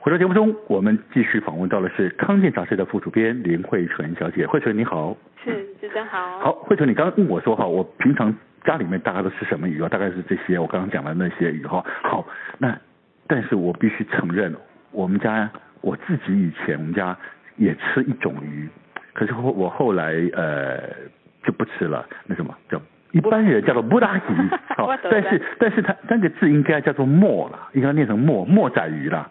回到节目中，我们继续访问到的是康健杂志的副主编林慧纯小姐，慧纯你好。是，主持人好。好，慧纯，你刚刚问我说哈，我平常家里面大家都吃什么鱼啊？大概是这些，我刚刚讲的那些鱼哈。好，那但是我必须承认，我们家我自己以前我们家也吃一种鱼，可是后我后来呃就不吃了，那什么叫一般人叫做布达 鱼，好我，懂但是但是它那个字应该叫做墨啦，应该念成墨墨仔鱼啦。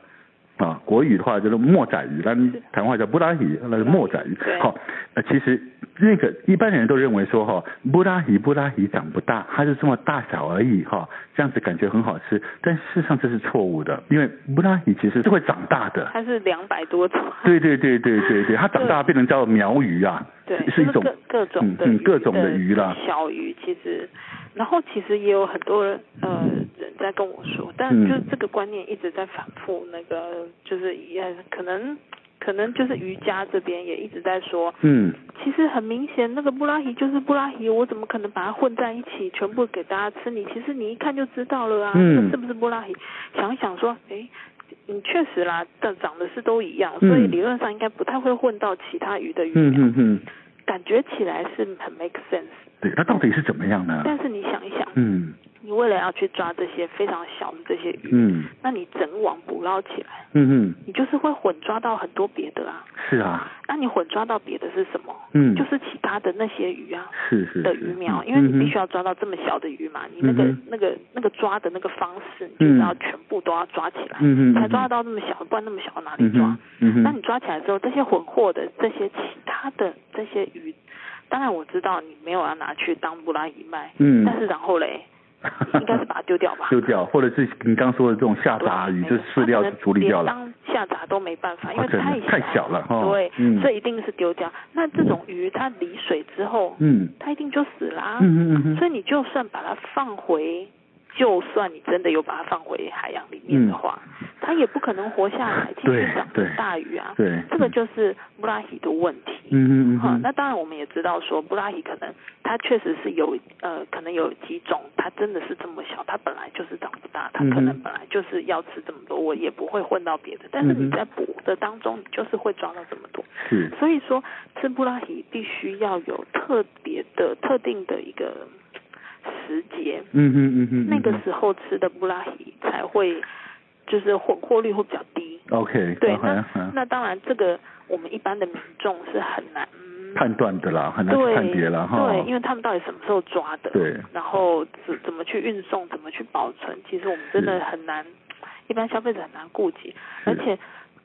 啊，国语的话叫做墨仔鱼，但台湾话叫布拉鱼，那是墨仔鱼对。好，呃，其实那个一般人都认为说哈，布拉鱼布拉鱼长不大，它是这么大小而已哈，这样子感觉很好吃，但事实上这是错误的，因为布拉鱼其实是会长大的。它是两百多种。对对对对对对，它长大变成叫苗鱼啊， 对，是一就种各各种嗯的嗯各种的鱼啦，小鱼其实，然后其实也有很多人呃人在跟我说，但嗯就是这个观念一直在反复，那个就是也可能可能就是瑜伽这边也一直在说，嗯其实很明显，那个布拉提就是布拉提，我怎么可能把它混在一起，全部给大家吃？你其实你一看就知道了啊，嗯这是不是布拉提？想一想说，诶，嗯，确实啦，但长得是都一样，嗯所以理论上应该不太会混到其他鱼的鱼嗯苗，嗯嗯，感觉起来是很 make sense。对，它到底是怎么样呢？但是你想一想，嗯你为了要去抓这些非常小的这些鱼，嗯那你整网捕捞起来，嗯嗯，你就是会混抓到很多别的啊。是啊，那你混抓到别的是什么？嗯，就是其他的那些鱼啊。是是的是鱼苗，嗯因为你必嗯须要抓到这么小的鱼嘛，你那个、嗯哼嗯那个那个抓的那个方式，你就是要全部都要抓起来，嗯嗯嗯才抓得到那么小，不然那么小哪里嗯抓？哼，嗯哼，那你抓起来之后，这些混货的这些其他的这些鱼，当然我知道你没有要拿去当布拉鱼卖，嗯，。但是然后嘞，应该是把它丢掉吧 丢掉，或者是你刚说的这种下对啊杂鱼，没就有是饲料它可能处理掉了，连当下闸都没办法，因为啊真的太太小了哈对，嗯这一定是丢掉。那这种鱼它离水之后，嗯它一定就死啦、嗯嗯嗯啊所以你就算把它放回，就算你真的有把它放回海洋里面的话，它也不可能活下来，继对续长对成大鱼啊。对这个就是布拉希的问题。嗯嗯嗯哈嗯，那当然，我们也知道说布拉希可能它确实是有呃，可能有几种，它真的是这么小，它本来就是长不大，它嗯哼可能本来就是要吃这么多，我也不会混到别的。但是嗯你哼在捕的当中，你就是会抓到这么多。是所以说，吃布拉提必须要有特别的、特定的一个时节，嗯嗯嗯嗯，那个时候吃的布拉提才会，就是混货率会比较低。 OK，对，好那好那当然，这个我们一般的民众是很难判断的啦，很难去对判别了哈，对，因为他们到底什么时候抓的，对然后怎怎么去运送，怎么去保存，其实我们真的很难，一般消费者很难顾及，是而且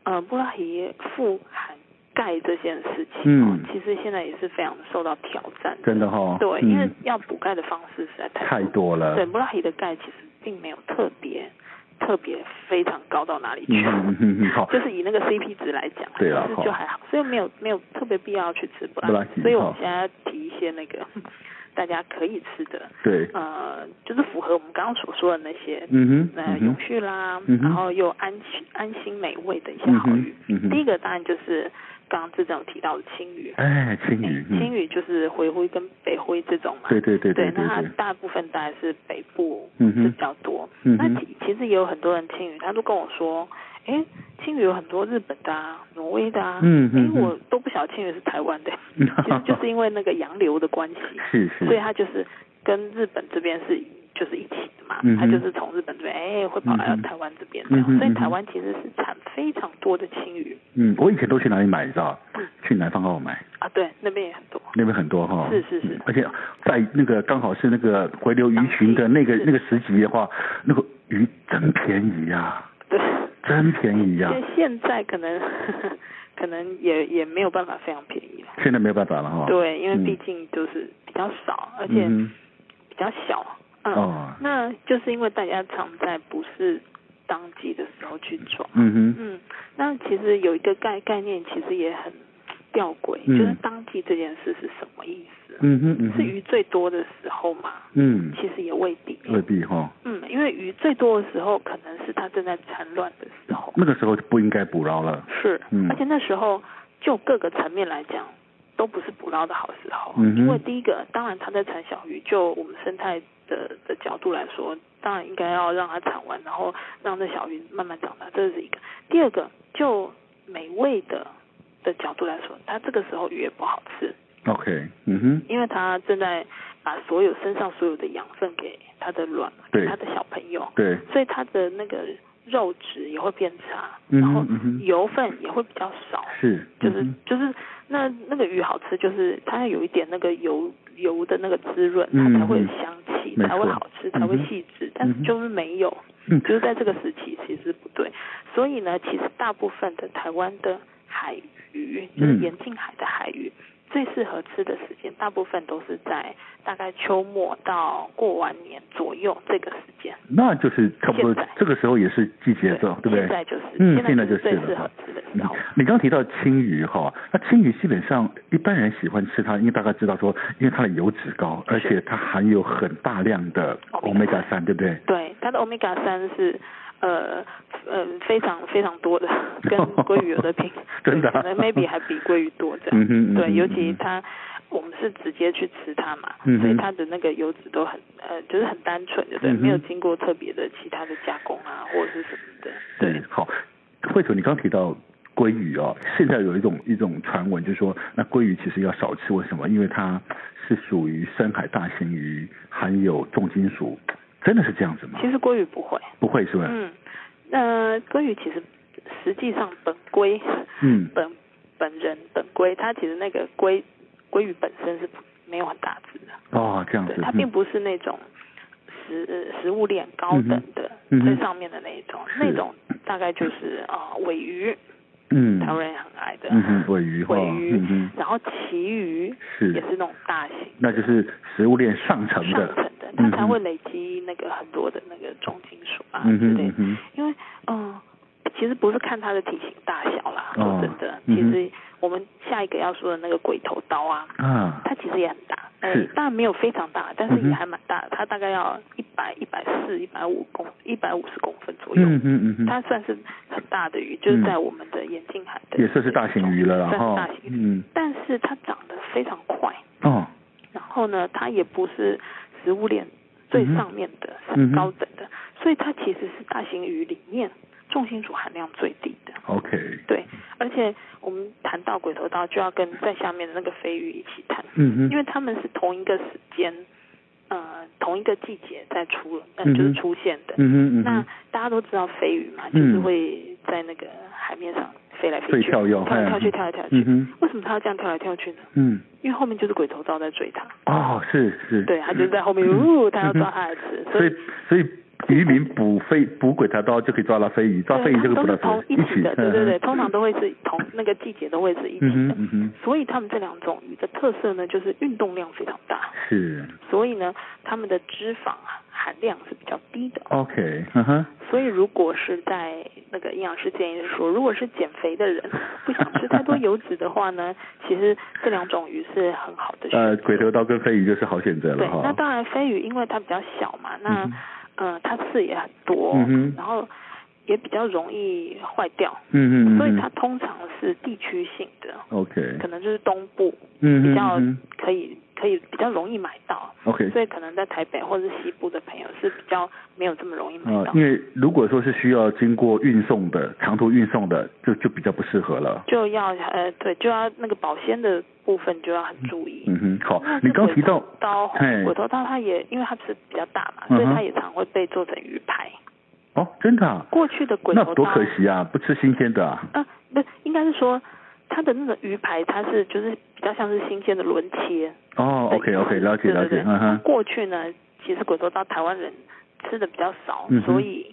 呃，布拉提富含钙这件事情，嗯哦其实现在也是非常受到挑战的，真的哈，对，因为嗯，要补钙的方式实在太太多，多了，对，布拉提的钙其实并没有特别特别非常高到哪里去。嗯嗯嗯嗯，好， 就是以那个 CP 值来讲，对啊其好实就还好，所以没有没有特别必要去吃布布拉拉提，提所以我好们现在提一些那个 大家可以吃的，对，呃，就是符合我们刚刚所说的那些，嗯哼，呃，嗯永哼，续啦，嗯哼然后又安心安心美味的一些嗯好哼鱼。，嗯第一哼，个当然就是刚刚志正有提到的青鱼，哎，青哎鱼，嗯青鱼就是回灰跟北灰这种嘛，对对对对那它对，大部分大概是北部嗯是哼比，较多。嗯那哼，其其实也有很多人青鱼，他都跟我说，哎，青鱼有很多日本的啊、挪威的啊，嗯哎嗯，嗯我都不晓得青鱼是台湾的， 其实 就是因啊为那个洋流的关系，是所以是，它就是跟日本这边是就是一起的嘛，嗯它哼就是从日本这边哎会跑来到嗯哼台湾这边这嗯样，哼所嗯哼以台湾其实是产非常多的青鱼，嗯，我以前都去哪里买，你知道？去去南方澳买，啊，对，那边也很多。那边很多哈、是是是嗯而且在那个刚好是那个回流鱼群的那个是那个时期的话，那个鱼真便宜呀、对，真便宜呀、因为现在可能 可能也也没有办法非常便宜了。现在没有办法了哈、对，因为嗯毕竟就是比较少，而而且比较小。嗯，哦那就是因为大家常在不是当季的时候去抓。嗯哼，嗯，那其实有一个概概念，其实也很吊诡，嗯就是当季这件事是什么意思？啊嗯哼，嗯是哼，鱼最多的时候吗？嗯，其实也未必。未必哈，嗯，因为鱼最多的时候，可能是它正在产卵的时候。那个时候就不应该捕捞了。是，嗯而且那时候就各个层面来讲，都不是捕捞的好时候。嗯哼因为第一个，当然它在产小鱼，就我们生态的的角度来说，当然应该要让它产完，然后让这小鱼慢慢长大，这是一个。第二个，就美味的的角度来说，它这个时候鱼也不好吃， OK，嗯哼，因为它正在把所有身上所有的养分给它的卵，对给它的小朋友，对，所以它的那个肉质也会变差，嗯然后哼嗯哼油分也会比较少，是，就是嗯哼就是那那个鱼好吃，就是它要有一点那个油油的那个滋润，嗯它才会有香气，没错才会好吃，才会细致，但是就是没有，嗯就是在这个时期其实不对，所以呢，其实大部分的台湾的海鱼，就是嗯沿近海的海鱼。最适合吃的时间，大部分都是在大概秋末到过完年左右这个时间。那就是差不多现在这个时候也是季节的，对不对？现在就是，嗯现现在就就是最了适合吃的时嗯候。你刚刚提到青鱼哈，那青鱼基本上一般人喜欢吃它，因为大家知道说，因为它的油脂高，而且它含有很大量的 omega omega 啊三，对不对？，对，它的 omega 三是呃呃非常非常多的，跟鲑鱼有的拼 真的啊对可能 maybe 还比鲑鱼多这样。嗯哼嗯哼对，尤嗯其哼它我们是直接去吃它嘛，嗯哼所以它的那个油脂都很呃就是很单纯，对不对？嗯哼没有经过特别的其他的加工啊或者是什么的。对，好，惠主，你刚提到鲑鱼哦，现在有一种一种传闻，就是说那鲑鱼其实要少吃，为什么？因为它是属于深海大型鱼，含有重金属，真的是这样子吗？其实鲑鱼不会，不会是吧？嗯，那鲑鱼其实实际上本鲑嗯本本人本龟，它其实那个龟龟鱼本身是不没有很大只的，哦，这样子对，，它嗯并不是那种食食物链高等的、嗯哼嗯哼最上面的那一种，是那种大概就是呃尾鱼，嗯，台湾人也很爱的，嗯哼，尾鱼哈，尾鱼，嗯哼，然后旗鱼是也是那种大型那就是食物链上层上的，层的，它嗯哼才会累积那个很多的那个重金属啊嗯之哼类的嗯。哼，因为嗯、其实不是看它的体型大小啦，哦说真的，嗯其哼实我们下一个要说的那个鬼头刀啊，啊，它其实也很大，呃是，当然没有非常大，但嗯是哼也还蛮大的，它大概要一百一百四一百五公一百五十公分左右。嗯哼嗯它哼，算是很大的鱼，就是嗯在我们的眼镜海的，也算是大型鱼了啦算是哈大型，鱼，嗯，但是它长得非常快，哦，然后呢，它也不是食物链最上面的、嗯哼是高等的，所以它其实是大型鱼里面重金属含量最低的。 OK，对，而且我们谈到鬼头刀，就要跟在下面的那个飞鱼一起谈，嗯哼，因为他们是同一个时间，呃，同一个季节在出，呃，嗯哼就是出现的。嗯哼嗯那哼，大家都知道飞鱼嘛，就嗯是会在那个海面上飞来飞最去，跳跃跳来跳哎去，跳来跳嗯去。哼，为什么它要这样跳来跳去呢？嗯，因为后面就是鬼头刀在追它。哦，是是，对，他就是在后面，嗯呜、他要抓他来吃，所所以以所以渔民捕飞捕鬼头刀就可以抓到飞鱼，抓飞对，鱼他就们可以捕啊都是到同飞一鱼，起的，对对对，通常都，都会是同那个季节都会是一起嗯哼，的嗯哼，所以他们这两种鱼的特色呢，就是运动量非常大，是所以呢，它们的脂肪啊含量是比较低的。 OK，嗯哼，所以，如果是在那个营养师建议是说，如果是减肥的人不想吃太多油脂的 话呢，其实这两种鱼是很好的选择。呃，鬼头刀跟飞鱼就是好选择对了，哈，那当然飞鱼因为它比较小嘛，那、嗯呃它刺也很多，嗯哼然后也比较容易坏掉，嗯哼，所以嗯它哼通常是地区性的， OK，可能就是东部嗯哼比较嗯可以可以比较容易买到，哼，OK，所以可能在台北或者是西部的朋友是比较没有这么容易买啊、到因。为如果说是需要经过运送的，长途运送的，就就比较不适合了。就要呃对，就要那个保鲜的部分就要很注意。嗯哼，好那，你这刚提到哎鬼头刀，嘿鬼头刀它也因为它不是比较大嘛，嗯哼所以它也常会被做成鱼排。哦，真的、啊，过去的鬼那头刀，呃多可惜啊，不吃新鲜的啊。啊，不，应该是说它的那个鱼排，它是就是比较像是新鲜的轮切。哦，OK OK，了解对了对解对，嗯哼，过去呢，其实鬼头刀台湾人吃的比较少，嗯哼所以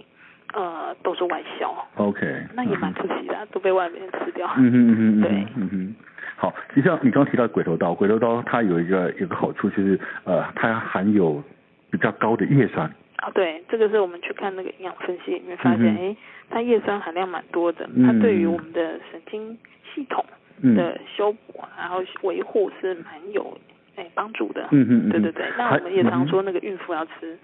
呃都是外销， ，OK，那也蛮嗯可惜的啊，都被外面人吃 掉。嗯哼嗯哼嗯对哼嗯哼。好，就像你刚刚提到鬼头刀，鬼头刀它有一个有一个好处就是，呃，它含有比较高的叶酸，啊，对，这个是我们去看那个营养分析里面发现，嗯哼诶，它叶酸含量蛮多的，嗯它对于我们的神经系统嗯，的修补啊然后维护是蛮有诶帮助的。嗯哼嗯哼对对对，那还我们也常嗯说那个孕妇要吃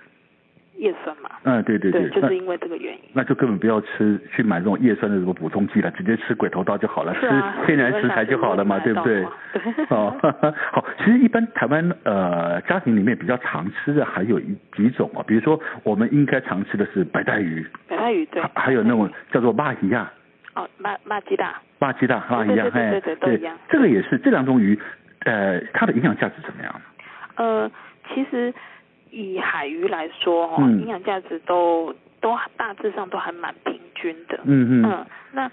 叶酸嘛，嗯，对对对，就是因为这个原因。那那就根本不要吃去买这种叶酸的什么补充剂了，直接吃鬼头刀就好了，是啊吃天然食材就好了嘛，请对问不哪对里买得？到哦啊， 好，其实一般台湾呃家庭里面比较常吃的还有一几种啊，比如说我们应该常吃的是白带鱼，白 带鱼对还，还有那种叫做巴鱼亚。哦，马马吉达，巴基大哈一对样，对对哎，对对都一样这个也是这两种鱼，呃，它的营养价值怎么样？呃，其实以海鱼来说，哦，嗯营养价值都都大致上都还蛮平均的。嗯嗯嗯，那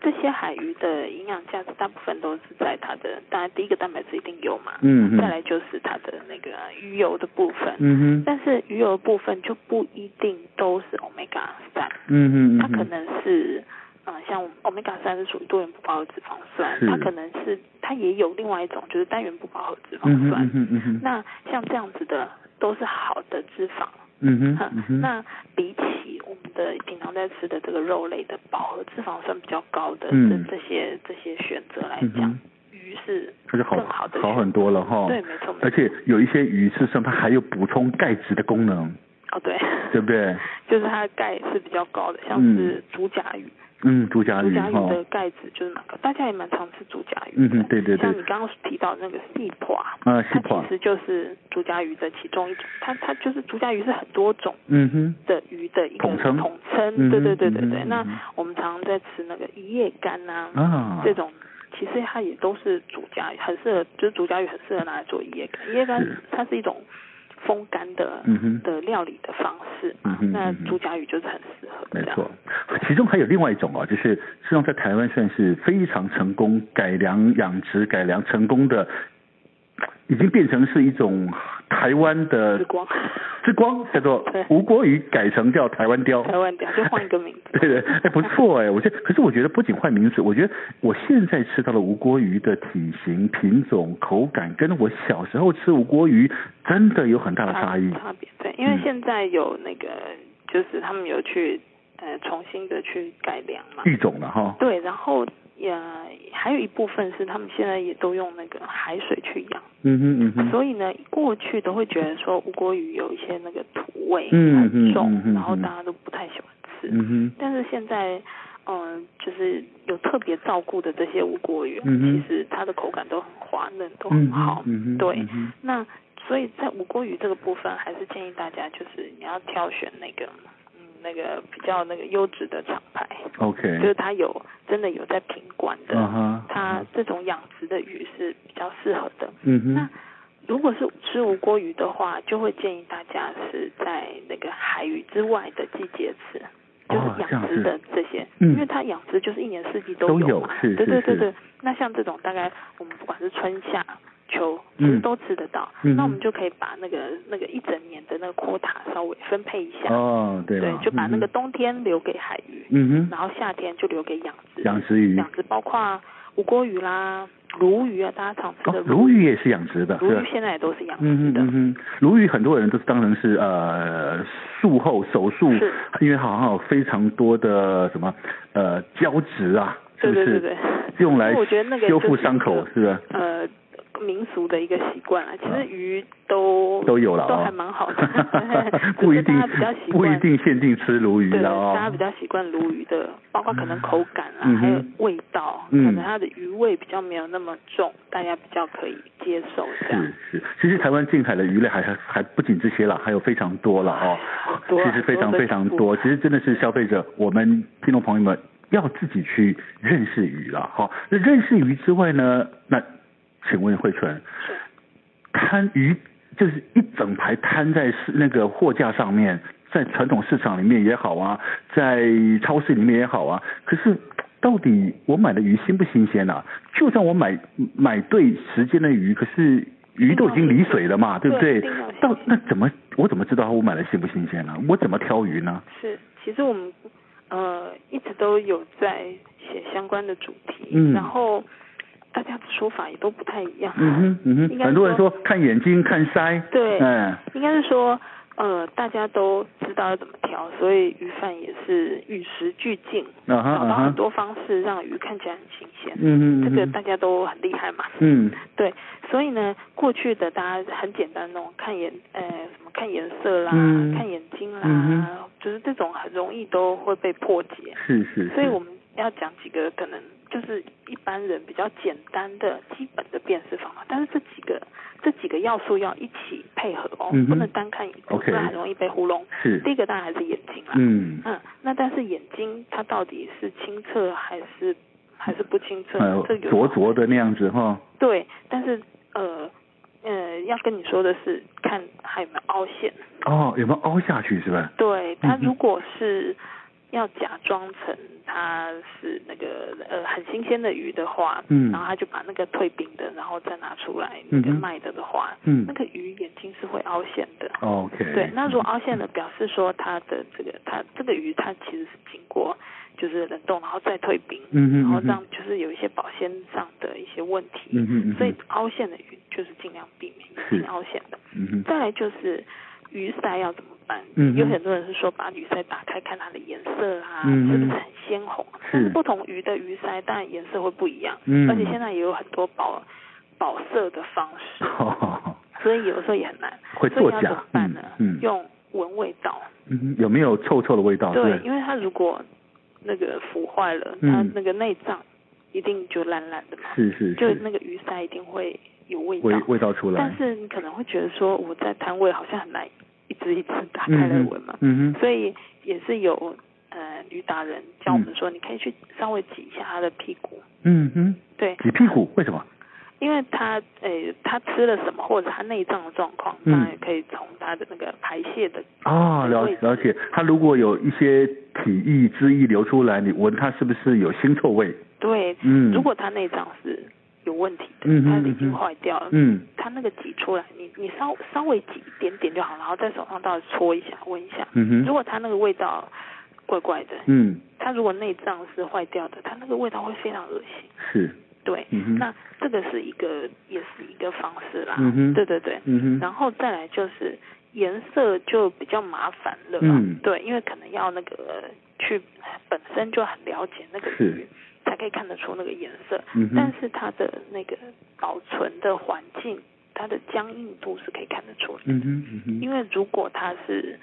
这些海鱼的营养价值大部分都是在它的，当然第一个蛋白质一定有嘛，嗯再嗯来就是它的那个鱼油的部分，嗯哼但是鱼油的部分就不一定都是 omega 三，嗯嗯嗯，它可能是。嗯，像 omega 三是属于多元不饱和脂肪酸，是它可能是它也有另外一种就是单元不饱和脂肪嗯哼酸嗯。哼嗯哼那像这样子的都是好的脂肪，嗯哼哈嗯哼，那比起我们的平常在吃的这个肉类的饱和脂肪酸比较高的嗯这这些这些选择来嗯讲哼，鱼是它就好更好的好很选多了哈。对，没错，没而错且有一些鱼是什么，它还有补充钙质的功能，哦对，对不对？ 就是它的钙是比较高的，像嗯是竹荚鱼，嗯，竹夹竹鱼荚哈鱼，的钙质就是蛮高，大家也蛮常吃竹荚鱼嗯的。哼，对对对像，你刚刚提到那个细爪，啊，西它瓜其，实就是竹荚鱼的其中一种，它它就是竹荚鱼是很多种。嗯哼，的鱼的一个统称统嗯称，对对对对嗯对。嗯那嗯我们常常在吃那个一夜干呐、啊，这种，其实它也都是主家，很适合，就是主家鱼很适合拿来做一夜干。一夜干是它是一种风干的、嗯哼的料理的方式嗯嘛，哼那嗯哼竹荚鱼就是很适合这没样。错，其中还有另外一种啊，就是实际上在台湾算是非常成功改良养殖、改良成功的，已经变成是一种台湾的之光，之光，叫做对吴国鱼，改成叫台湾雕。台湾雕就换一个名字对对，哎，不错哎，我觉得，可是我觉得不仅换名字，我觉得我现在吃到的吴郭鱼的体型、品种、口感，跟我小时候吃吴郭鱼真的有很大的 差异。差别对，因为嗯现在有那个，就是他们有去呃重新的去改良嘛，育种了哈，对，然后也还有一部分是他们现在也都用那个海水去养，嗯哼嗯哼，所以呢，过去都会觉得说乌锅鱼有一些那个土味嗯嗯很重，嗯嗯然后嗯大家都不太喜欢吃。嗯哼，但是现在，嗯、就是有特别照顾的这些乌锅鱼，嗯哼其实它的口感都很滑嫩，都嗯很哼好。嗯哼，对，嗯哼那所以在无锅鱼这个部分，还是建议大家就是你要挑选那个，嗯，那个比较那个优质的厂牌。嗯，OK，就是它有真的有在品管的，啊哈，它这种养殖的鱼是比较适合的。嗯哼那，如果是吃无锅鱼的话，就会建议大家是在那个海鱼之外的季节吃，就哦是养殖的这些，嗯因为它养殖就是一年四季都有有嘛。是对是对对是对。那像这种大概我们不管是春夏秋，其嗯实都吃得到。嗯哼那我们就可以把那个那个一整年的那个 quota 稍微分配一下，哦，对了就把那个嗯哼冬天留给海鱼，嗯哼，然后夏天就留给养殖。养殖鱼，养殖包括无锅鱼啦、鲈鱼啊，大家常吃哦的，鲈鱼也是养殖的，鲈是吧鱼现在也都是养殖嗯哼的。嗯哼，鲈鱼很多人都是当成是呃术后手术是，因为好像有非常多的什么呃胶质啊，是对不是？对对对，用来因为我觉得那个修复就是伤一口个是不是？呃民俗的一个习惯啦。其啊实鱼都都有了都哦还蛮好 的， 哈，不一定只是大家比较习不一惯。定限定吃鲈鱼对，了大家哦比。较习惯鲈鱼的，包括可能口感啊，嗯哼还有味道，嗯可能它的鱼味比较没有那么重，大家比较可以接受这样。是是，其实台湾近海的鱼类还还还不仅这些了，还有非常多了哦。好多啊其实非常多的非常食物多，其实真的是消费者，我们听众朋友们要自己去认识鱼了哈。那认识鱼之外呢，那请问慧纯，摊鱼就是一整排摊在市那个货架上面，在传统市场里面也好啊，在超市里面也好啊，可是到底我买的鱼新不新鲜啊？就算我买买对时间的鱼，可是鱼都已经离水了嘛，对不对？对定要新鲜到那怎么我怎么知道我买的新不新鲜呢、我怎么挑鱼呢？是，其实我们呃一直都有在写相关的主题，嗯然后大家的说法也都不太一样。嗯哼嗯应哼，该很多人说说看眼睛看腮，对嗯，应该是说，呃，大家都知道要怎么挑，所以鱼贩也是与时俱进，啊哈找到啊很哈，多方式让鱼看起来很新鲜。嗯哼嗯这哼个大家都很厉害嘛。嗯对，所以呢，过去的大家很简单那种看眼，呃，什么看颜色啦，嗯看眼睛啦，嗯就是这种很容易都会被破解。是是，所以是我们要讲几个可能就是一般人比较简单的基本的辨识方法，但是这几个这几个要素要一起配合哦，嗯哼不能单看一个， OK 不然很容易被糊弄。是第一个当然还是眼睛啦，嗯嗯那但是眼睛它到底是清澈还是还是不清澈？呃这个灼灼的那样子哈，对，但是呃呃，要跟你说的是看还有没有凹陷。哦，有没有凹下去是吧？对，它嗯哼如果是要假装成它是那个呃很新鲜的鱼的话，嗯然后他就把那个退冰的，然后再拿出来那个嗯哼卖的的话，嗯那个鱼眼睛是会凹陷的。 ，OK，对，那如果凹陷了，表示说它的这个它这个鱼它其实是经过就是冷冻，然后再退冰，嗯哼然后嗯哼让就是有一些保鲜上的一些问题，嗯哼嗯哼所以凹陷的鱼就是尽量避免眼睛是凹陷的。嗯哼再来就是鱼鳃要怎么办？嗯哼有很多人是说把鱼鳃打开看它的颜色啦、嗯是哼不是很鲜红？但是是不同鱼的鱼鳃当然颜色会不一样，嗯而且现在也有很多保保色的方式，哦，所以有的时候也很难。会作所以要怎假么，办呢？嗯嗯用闻味道，嗯哼，有没有臭臭的味道？对，是因为它如果那个腐坏了，嗯它那个内脏一定就烂烂的嘛，是是，就是那个鱼鳃一定会有味道味。味道出来但，是你可能会觉得说，我在摊位好像很难一只一只打开嗯来哼闻嘛，嗯哼，所以也是有呃女达人教我们说，你可以去稍微挤一下她的屁股，嗯哼，对，挤屁股为什么？因为她呃她吃了什么或者她内脏的状况，嗯当然也可以从她的那个排泄的，哦，了位置了解，它如果有一些体液汁液流出来，你闻它是不是有腥臭味？对，嗯，如果她内脏是有问题的，嗯它哼已经嗯哼坏掉了，嗯它那个挤出来，你你稍稍微挤一点点就好，然后在手上到搓一下闻一下，嗯如哼，果它那个味道怪怪的，嗯它如果内脏是坏掉的，它那个味道会非常恶心。是，对，嗯哼那这个是一个也是一个方式啦。嗯哼对对对。嗯哼，然后再来就是颜色就比较麻烦了啦。嗯对，因为可能要那个去本身就很了解那个鱼是，才可以看得出那个颜色。嗯哼但是它的那个保存的环境，它的僵硬度是可以看得出来。嗯哼嗯哼因。为如果它是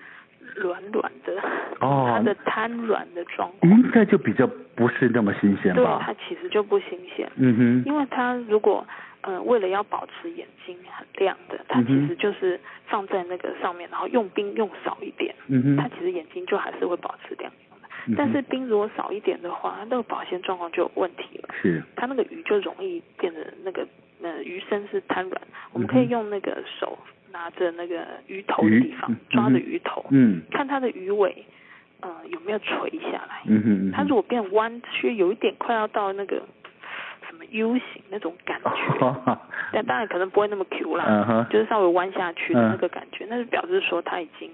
软软的，哦嗯它的瘫软的状况，应该就比较不是那么新鲜对吧它？其实就不新鲜，嗯哼，因为它如果呃为了要保持眼睛很亮的，它嗯其哼实就是放在那个上面，然后用冰用少一点，嗯它哼，其实眼睛就还是会保持亮亮的。嗯哼但是冰如果少一点的话，它那个保鲜状况就有问题了，是，它那个鱼就容易变得那个呃鱼身是瘫软，我们可以嗯哼用那个手拿着那个鱼头的鱼地方嗯抓着嗯哼鱼头，嗯看它的鱼尾，呃，有没有垂下来。嗯哼嗯哼，它 如果变弯曲，有一点快要到那个什么 U 型那种感觉，果但当然可能不会那么 Q 啦，哦嗯哼，就是稍微弯下去的嗯那个感觉，那就表示说它已经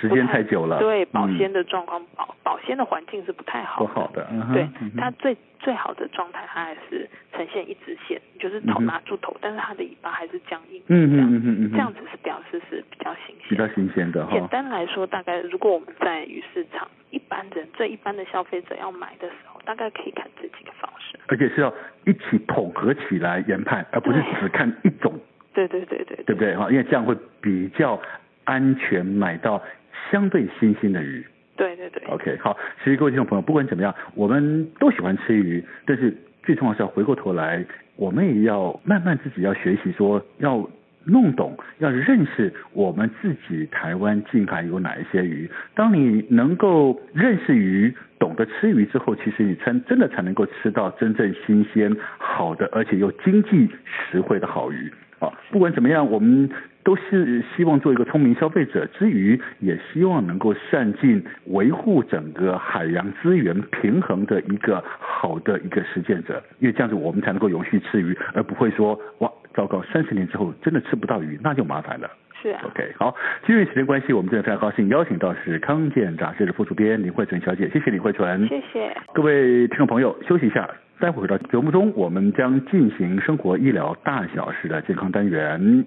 时间太久了，对嗯保鲜的状况保保鲜的环境是不太好不的。好的，嗯哼对嗯哼它最最好的状态，它还是呈现一直线，就是头嗯哼拿住头，但是它的尾巴还是僵硬，嗯这哼嗯样哼嗯哼，这样子是表示是比较新比鲜较的。新鲜的简哈，单来说，大概如果我们在鱼市场，一般人最一般的消费者要买的时候，大概可以看这几个方式。而且是要一起统合起来研判，而不是对只看一种，对对对对对不对哈？因为这样会比较安全买到相对新鲜的鱼。对对对， OK，好，其实各位听众朋友，不管怎么样，我们都喜欢吃鱼，但是最重要是要回过头来，我们也要慢慢自己要学习说，要弄懂，要认识我们自己台湾近海有哪一些鱼。当你能够认识鱼，懂得吃鱼之后，其实你才真的才能够吃到真正新鲜、好的，而且又经济实惠的好鱼。啊，不管怎么样，我们都是希望做一个聪明消费者之余，也希望能够善尽维护整个海洋资源平衡的一个好的一个实践者，因为这样子我们才能够永续吃鱼，而不会说哇糟糕，三十年之后真的吃不到鱼，那就麻烦了。是啊， OK，好，因为时间关系，我们真的非常高兴邀请到是康健杂志的副主编林慧纯小姐，谢谢林慧纯。谢谢。各位听众朋友，休息一下，待会儿回到节目中，我们将进行生活医疗大小事的健康单元。